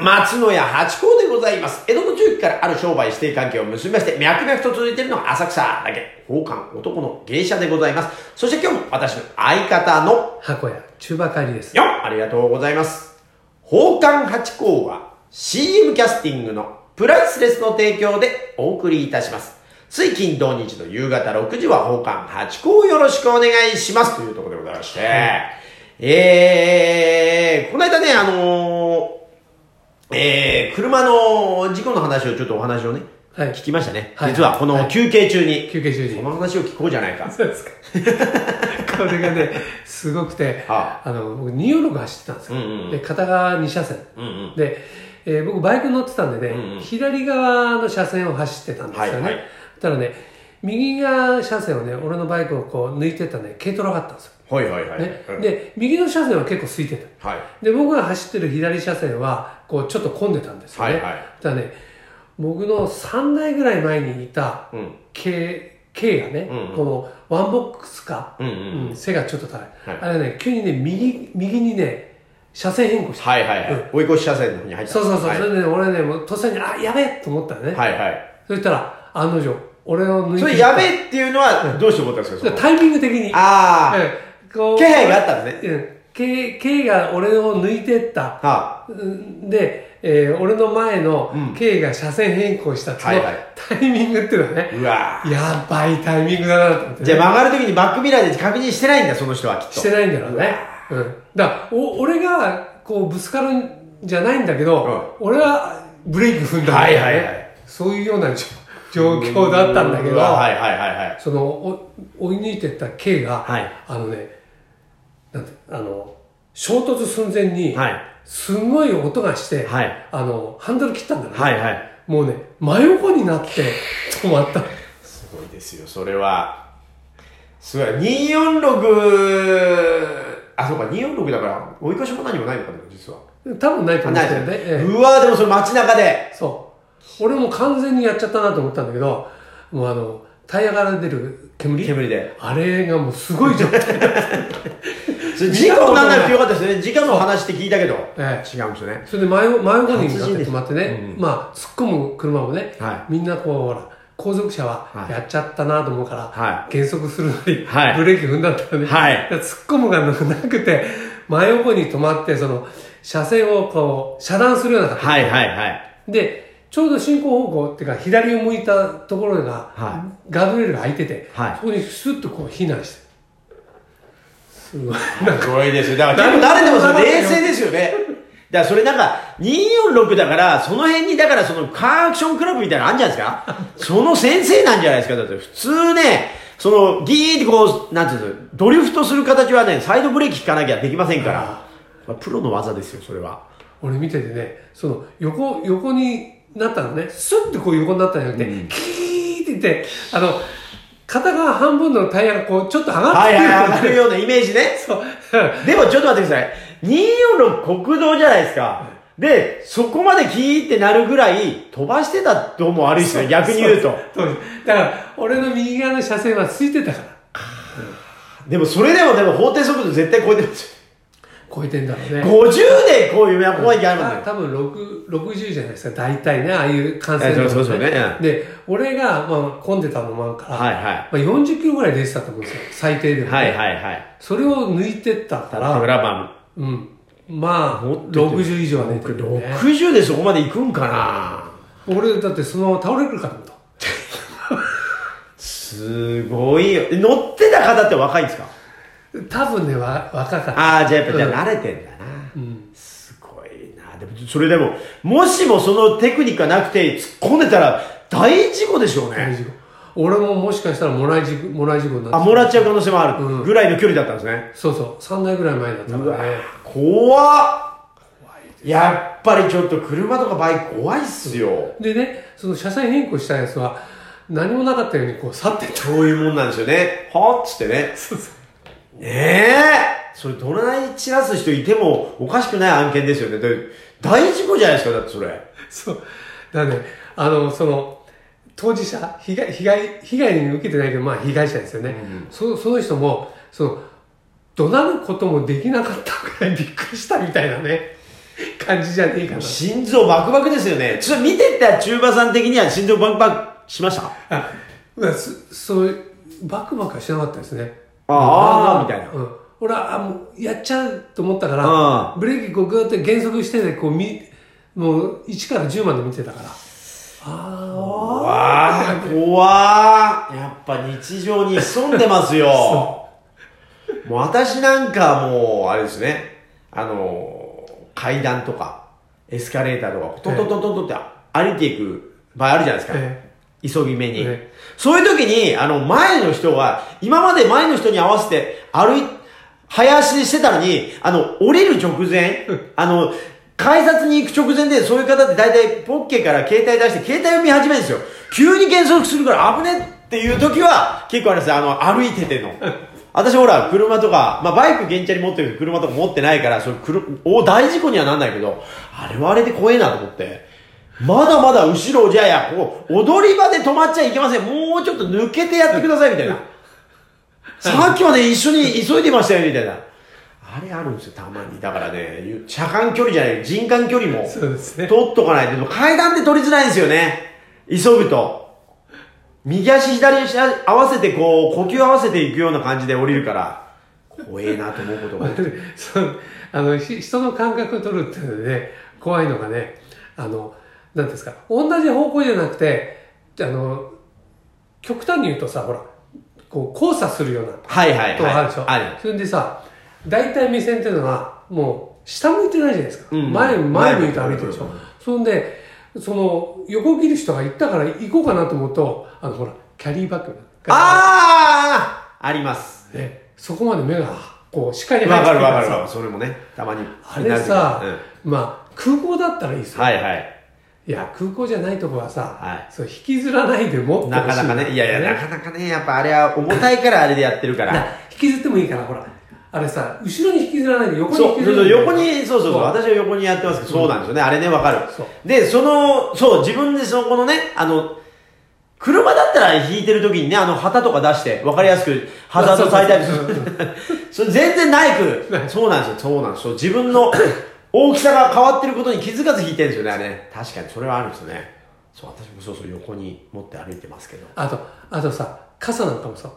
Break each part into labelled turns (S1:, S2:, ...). S1: 松野屋八甲でございます。江戸の中期からある商売指定関係を結びまして、脈々と続いているのが浅草だけ、宝冠男の芸者でございます。そして今日も私の相方の、
S2: 箱屋中馬帰りです
S1: よありがとうございます。宝冠八甲は CM キャスティングのプライスレスの提供でお送りいたします。つい金土日の夕方6時は宝冠八甲をよろしくお願いします。というところでございまして、えー、この間ね、あのーえー、車の事故の話をちょっとお話をね、
S2: はい
S1: 聞きましたね。
S2: はい
S1: 実はこの休憩中に、
S2: 休憩中に
S1: この話を聞こうじゃないか。
S2: そうですか これがねすごくて、
S1: は
S2: あ、の僕246走ってたんですよ、
S1: うんうんうん
S2: で片側2車線、
S1: うんうん。
S2: で、えー僕バイク乗ってたんでね、
S1: うんうん
S2: 左側の車線を走ってたんですよね、
S1: はいはい
S2: ただね右側車線をね俺のバイクをこう抜いてったね軽トラがあったんですよ、
S1: はいはいはい。
S2: ね
S1: うん
S2: で右の車線は結構空いてた
S1: はい。
S2: で僕が走ってる左車線はこうちょっと混んでたんですよね、
S1: はいはい
S2: ただね僕の3台ぐらい前にいた
S1: うん。
S2: 軽軽がね、
S1: うんうん
S2: このワンボックスか、
S1: うんうんうん
S2: 背がちょっと高い、
S1: はい
S2: あれね急にね右右にね車線変更して、
S1: はいはいはい。追い越し車線の方に入った。
S2: そうそうそう、
S1: はい
S2: それでね俺ねもうとっさにあやべえと思ったのね、
S1: はいはい。
S2: そしたら案の定俺を抜いて
S1: それやべえっていうのはどうして思ったんですかその
S2: タイミング的に
S1: あ
S2: ええこ
S1: あ、
S2: う
S1: 気配があったんですね。
S2: うん軽軽が俺を抜いてった
S1: は
S2: うんで、えー俺の前の
S1: うん
S2: K が車線変更したその
S1: はいはい
S2: タイミングっていうのはね
S1: あ、、うわあ
S2: やばいタイミングだなと思ってね、
S1: じゃあ曲がるときにバックミラーで確認してないんだ、その人はきっと。
S2: してないんだろうね。うん。だからお、俺が、こう、ぶつかるんじゃないんだけど、俺はブレーキ踏んだんだよね
S1: はいはいはい
S2: そういうようなじょ状況だったんだけど、
S1: うわはいはいはいはい。
S2: その、お追い抜いてった K が、
S1: はい
S2: あのね、なんて、あの、衝突寸前に、
S1: はい
S2: すごい音がして、
S1: はい
S2: あの、ハンドル切ったんだね。
S1: はいはい。
S2: もうね、真横になって止まった。
S1: すごいですよ、それは。すごい。246、あ、そうか、246だから、追い越しも何もないのかな、実は。
S2: 多分ないと思うん
S1: な
S2: で
S1: い
S2: す
S1: で
S2: よ
S1: す
S2: ね
S1: ね。
S2: ええ
S1: うわーでもそれ街中で。
S2: そう。俺も完全にやっちゃったなと思ったんだけど、もうあの、タイヤから出る煙
S1: 煙で。
S2: あれがもうすごい状 態。
S1: それ事故にならなくてよかったですね。時間の話って聞いたけど。
S2: え
S1: 違うんですよね。
S2: それで真横真横になっ
S1: 達人
S2: て
S1: です
S2: 止まってね、まあ、突っ込む車もね、
S1: は
S2: みんなこう、ほら、後続車
S1: は
S2: はいやっちゃったなと思うから、
S1: は
S2: 減速するなり、
S1: はい
S2: ブレーキ踏んだったらね、
S1: はい
S2: 突っ込むがなくて、真横に止まって、その、車線をこう、遮断するような形で
S1: はいはいはい。
S2: で、ちょうど進行方向っていうか、左を向いたところが、
S1: は
S2: ガードレールが開いてて、
S1: はい
S2: そこにスッとこう避難して。すごい。
S1: すごいですよ。だから結構誰でもそれ冷静ですよね。だからそれなんか、246だから、その辺に、だからそのカーアクションクラブみたいなのあるんじゃないですかその先生なんじゃないですかだって普通ね、その、ギーってこう、なんていうの、ドリフトする形はね、サイドブレーキ効かなきゃできませんから。まあ、プロの技ですよ、それは。
S2: 俺見ててね、その横、横になったのね、スッとこう横になったんじゃなくて、キーって言って、あの、片側半分のタイヤがこう、ちょっと上がっ
S1: は
S2: て
S1: い
S2: る
S1: はい
S2: ような
S1: はい、上がるようなイメージね。
S2: そう。
S1: でもちょっと待ってください。246国道じゃないですか。で、そこまでキーってなるぐらい飛ばしてたとも悪いですね、逆に言うと。
S2: そうですだから、俺の右側の車線はついてたから、
S1: でもそれでもでも法定速度絶対超えてます
S2: 超えてんだろうね。
S1: よ。50でこういう横行きあるもん
S2: あ
S1: ね。
S2: 多分6 60じゃないですか大体ねああいう感染
S1: えそうそうそうねうん
S2: で俺が、まあ、混んでたのもあるから、
S1: はいはい
S2: まあ、40キロぐらい出てたと思うんですよ最低でも、
S1: はいはいはい。
S2: それを抜いてったか
S1: カメ
S2: ら、
S1: ラマ
S2: うん、まあ
S1: もっと行ってる
S2: 60以上は出てるよ
S1: ン。
S2: ね
S1: 60でそこまで行くんかな
S2: 俺だってそのまま倒れるかと思った
S1: すごいよ。え乗ってた方って若いんですか
S2: 多分ねわ若かった
S1: ああ、じゃあやっぱ、じ
S2: うん
S1: ゃあ慣れてんだな。すごいな。でも、それでも、もしもそのテクニックがなくて突っ込んでたら大事故でしょう
S2: 大
S1: ね。
S2: 事故俺ももしかしたらもらい事故もらい事故にな
S1: あ、
S2: って
S1: もらっちゃう可能性もある
S2: うん
S1: ぐらいの距離だったんですね。
S2: そうそう3台ぐらい前だったからね
S1: 怖っやっぱりちょっと車とかバイク怖いっすよ。
S2: でねその車線変更したやつは何もなかったようにこう去ってった
S1: そういうもんなんですよね。はっつってね。ねえそれ、どない散らす人いてもおかしくない案件ですよね。だ大事故じゃないですか、だってそれ。
S2: そう。だからね、あの、その、当事者、被害、被害、被害に受けてないけど、まあ被害者ですよね。そその人も、その、怒鳴ることもできなかったくらいびっくりしたみたいなね。 感じじゃねえかな。
S1: 心臓バクバクですよね。ちょっと見てた中馬さん的には心臓バクバクしました
S2: あまあ、そそういうバクバクはしなかったですね
S1: あーみたいな
S2: うん、俺はあもうやっちゃうと思ったから
S1: あ
S2: ブレーキこうグーって減速しててこうみもう1から10まで見てたからあ
S1: わあ、怖ーやっぱ日常に潜んでますよ。も う私なんかもう、あれですね。あの、階段とか、エスカレーターとか、トントントントントンって歩いていく場合あるじゃないですか。
S2: え
S1: 急ぎ目に、
S2: え
S1: そういう時に、あの、前の人は、今まで前の人に合わせて、歩い、早足してたのに、あの、降りる直前、あの、改札に行く直前で、そういう方って大体、ポッケから携帯出して、携帯を見始めるんですよ。急に減速するから危ねっていう時は、結構あれですよあの、歩いてての。私ほら、車とか、まあ、バイク現チャリ持ってるけど、車とか持ってないから、それ、くる、お、大事故にはなんないけど、あれはあれで怖えなと思って。まだまだ後ろをじゃあや、こう、踊り場で止まっちゃいけません。もうちょっと抜けてやってください、み たいな。さっきまで一緒に急いでましたよ、みたいな。あれあるんですよ、たまに。だからね、ゆ車間距離じゃない、人間距離も。
S2: そうですね
S1: 取っとかないと。でも階段って取りづらいんですよね。急ぐと。右足、左足合わせて、こう、呼吸合わせていくような感じで降りるから、怖えなと思うことが
S2: あ そうあのひ人の感覚を取るっていうのでね怖いのがねあのなんていうんですか同じ方向じゃなくてあの極端に言うとさほらこう交差するような
S1: はいはい
S2: とかある
S1: は
S2: でしょ、
S1: い。ある。
S2: それでさ大体目線っていうのはもう下向いてないじゃないですか、
S1: うん
S2: 前前向いて歩いてるでしょ、
S1: 前向いて
S2: そんでその横切る人が行ったから行こうかなと思うとあのほらキャリーバッグ
S1: あーあります。
S2: ね、そこまで目がこう視界に入
S1: わ
S2: って
S1: か
S2: く
S1: る
S2: か
S1: わ
S2: ら
S1: か
S2: さ
S1: るわかるそれもねたまに
S2: あれさ、まあ空港だったらいいです
S1: うん
S2: よ、
S1: はいはい
S2: い、や空港じゃないとこはさ、
S1: はい
S2: そう引きずらないで持ってほしい
S1: なかなかねいやいやなか
S2: ね
S1: なかねやっぱあれは重たいからあれでやってるか
S2: だ
S1: ら
S2: 引きずってもいいからほらあれさ後ろに引きずらないで横に
S1: そ
S2: 引き
S1: う
S2: ず
S1: そう
S2: る
S1: そう横
S2: んだよ
S1: にそうそうそう私は横にやってますけどそうなんですよねあれねわかる
S2: そう
S1: でそのそう自分でそのこのねあの車だったら引いてる時にねあの旗とか出してわかりやすくハザード最大
S2: そうそうそう
S1: それ全然ないくそうなんですよそうなんですよ自分の大きさが変わってることに気づかず引いてるんですよねあれね確かにそれはあるんですよねそう私もそうそう横に持って歩いてますけど
S2: あと、あとさ、傘なんかもさ、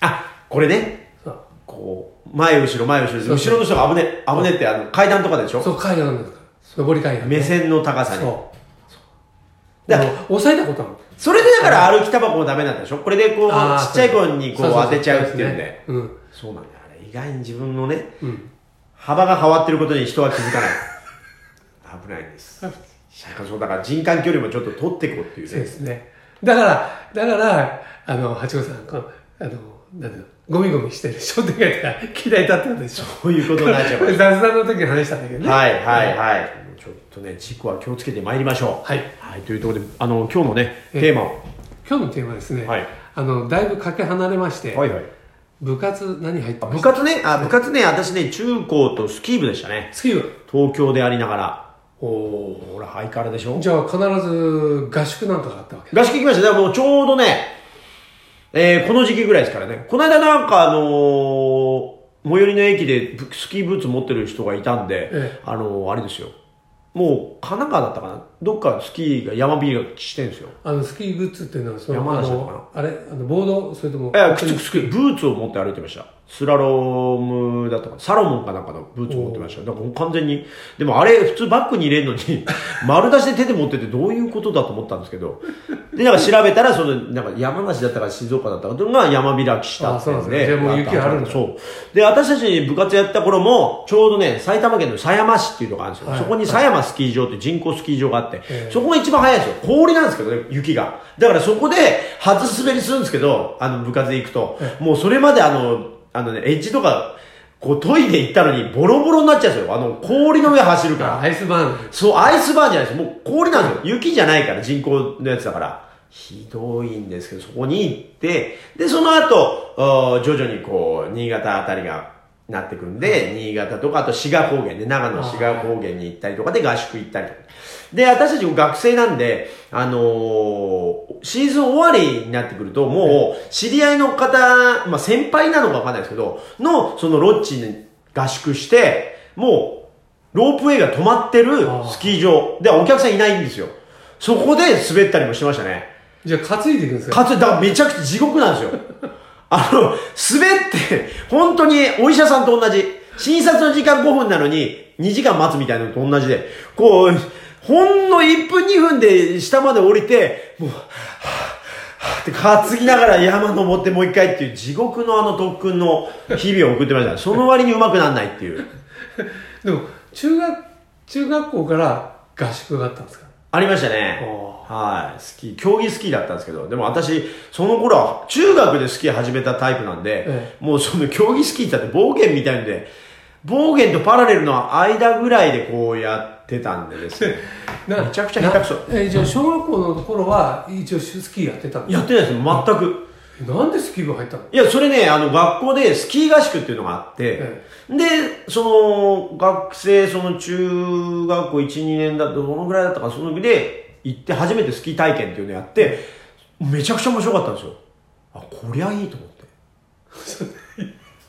S1: あ、これね、
S2: さ
S1: こう、前後ろ前後ろで
S2: そう
S1: 後
S2: そう
S1: ろの人が危ね、危ねって、あの、階段とかでしょ
S2: そう階段なんですから、上り階段、
S1: 目線の高さに。
S2: そう。
S1: だ
S2: だから、抑えたことある
S1: それでだから歩きタバコもダメなんでしょこれでこう、ち
S2: あー
S1: っちゃい子にこう
S2: そそ
S1: 当てちゃうっていうんで。。
S2: そうですね
S1: そうなんだよ。あれ意外に自分のね、
S2: うん。
S1: 幅が変わってることに人は気づかない。危ないんです。そうだから人間距離もちょっと取っていこうってい
S2: そう
S1: うね。
S2: ですね。だから、だから、あの、八五さん、このあの、なんだろう、ゴミゴミしてる商店街から嫌いだったんでしょ。
S1: こういうことになっちゃう
S2: こ
S1: か
S2: れ雑談の時に話したんだけど
S1: ら。
S2: ね。
S1: はいはいはい。ちょっとね、事故は気をつけてまいりましょう。
S2: はい
S1: はい、というところで、あの、今日のね、テーマを。
S2: 今日のテーマはですね、
S1: はい
S2: あの、だいぶかけ離れまして、
S1: はいはい。
S2: 部活何入ってま
S1: 部
S2: した
S1: 活ね、あ、部活ね、私ね、中高とスキー部でしたね。
S2: 次は
S1: 東京でありながら。おお、ほら、ハイカラでしょ
S2: じゃあ必ず合宿なんかがあったわけ
S1: 合宿行きました。だからもうちょうどね、えー、この時期ぐらいですからね。この間なんかあのー最寄りの駅でぶスキーブーツ持ってる人がいたんで、
S2: え
S1: あのーあれですよ。もう、神奈川だったかなどっかスキーが山ビールしてんですよ。
S2: あのスキーグッズっていうのはその
S1: 山
S2: あ
S1: 梨だったか
S2: のあれあのボードそれとも
S1: いや、くつくつく、ブーツを持って歩いてました。スラロームだとか、サロモンかなんかのブーツを持ってました。だからもう完全に、でもあれ、普通バッグに入れるのに、 丸出しで手で持っててどういうことだと思ったんですけど、で、なんか調べたら、その、なんか山梨だったか静岡だったかというのが山開きしたってい
S2: あそうなんですねじゃあもう雪あるんだ
S1: そう。で、私たち部活やった頃も、ちょうどね、埼玉県の狭山市っていうのがあるんですよ。
S2: はい
S1: そこに狭山スキー場って人工スキー場があって、
S2: ええ
S1: そこが一番早いんですよ。氷なんですけどね、雪が。だからそこで、初滑りするんですけど、あの、部活で行くと、もうそれまであの、あのね、エッジとか、こう、研いで行ったのに、ボロボロになっちゃうんですよ。あの、氷の上走るから。
S2: アイスバーン
S1: そう、アイスバーンじゃないです。もう氷なんですよ。雪じゃないから、人工のやつだから。ひどいんですけど、そこに行って、で、その後、あー徐々にこう、新潟あたりがなってくんで、新潟とか、あと志賀高原ね、長野の志賀高原に行ったりとかで合宿行ったりとか。で、私たちも学生なんで、あのーシーズン終わりになってくると、もう、知り合いの方、まあ、先輩なのかわかんないですけど、の、そのロッチに合宿して、もう、ロープウェイが止まってる
S2: あー
S1: スキー場でお客さんいないんですよそこで滑ったりもしてましたね
S2: じゃあ担いでいくんですか
S1: かつだからめちゃくちゃ地獄なんですよ あの滑って本当にお医者さんと同じ診察の時間5分なのに2時間待つみたいなのと同じでこうほんの1分2分で下まで降りてもうはぁはぁはぁって担ぎながら山登ってもう一回っていう地獄のあの特訓の日々を送ってましたその割にうまくなんないっていう
S2: でも中学中学校から合宿があったんですか
S1: ありましたね
S2: お。
S1: はい。スキー、競技スキーだったんですけど、でも私、その頃は中学でスキー始めたタイプなんで、
S2: え
S1: もうその競技スキーだって暴言みたいので、暴言とパラレルの間ぐらいでこうやってたんでですね。
S2: な
S1: めちゃくちゃ下手くそ
S2: なえーじゃあ小学校の頃は一応スキーやってたんです
S1: やってないですよ、全く。
S2: なんでスキー部入ったの
S1: いや、それね、あの、学校でスキー合宿っていうのがあって、
S2: え
S1: で、その、学生、その中学校1、2年だって、どのぐらいだったか、その時で行って初めてスキー体験っていうのやって、めちゃくちゃ面白かったんですよ。あ、こりゃいいと思 って。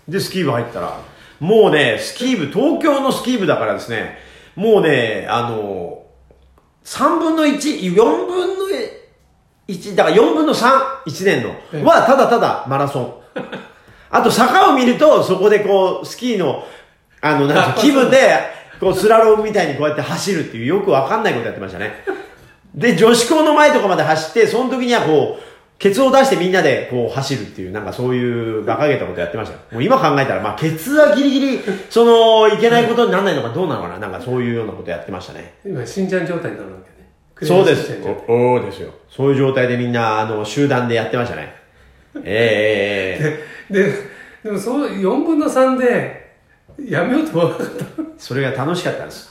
S1: で、スキー部入ったら、もうね、スキー部、東京のスキー部だからですね、もうね、あの、3分の1、4分の1、だから4分の3、1年
S2: ええ
S1: の、はただただマラソ ン。あと坂を見ると、そこでこう、スキーの、あの、なんか気分で、こう、スラロームみたいにこうやって走るっていう、よくわかんないことやってましたね。で、女子校の前とかまで走って、その時にはこう、ケツを出してみんなでこう走るっていう、なんかそういう馬鹿げたことやってましたよ。もう今考えたら、まあ、ケツはギリギリ、その、いけないことにならないのかどうなのかな、なんかそういうようなことやってましたね。
S2: 今新ちゃん状態になるわけねクレヨ
S1: そ
S2: ン
S1: うです
S2: しんちゃん状態。
S1: おおーですよ。そういう状態でみんな、あの、集団でやってましたね。えええええ
S2: ででもその4分の3でやめようと思わなかった
S1: えそれが楽しかったんです。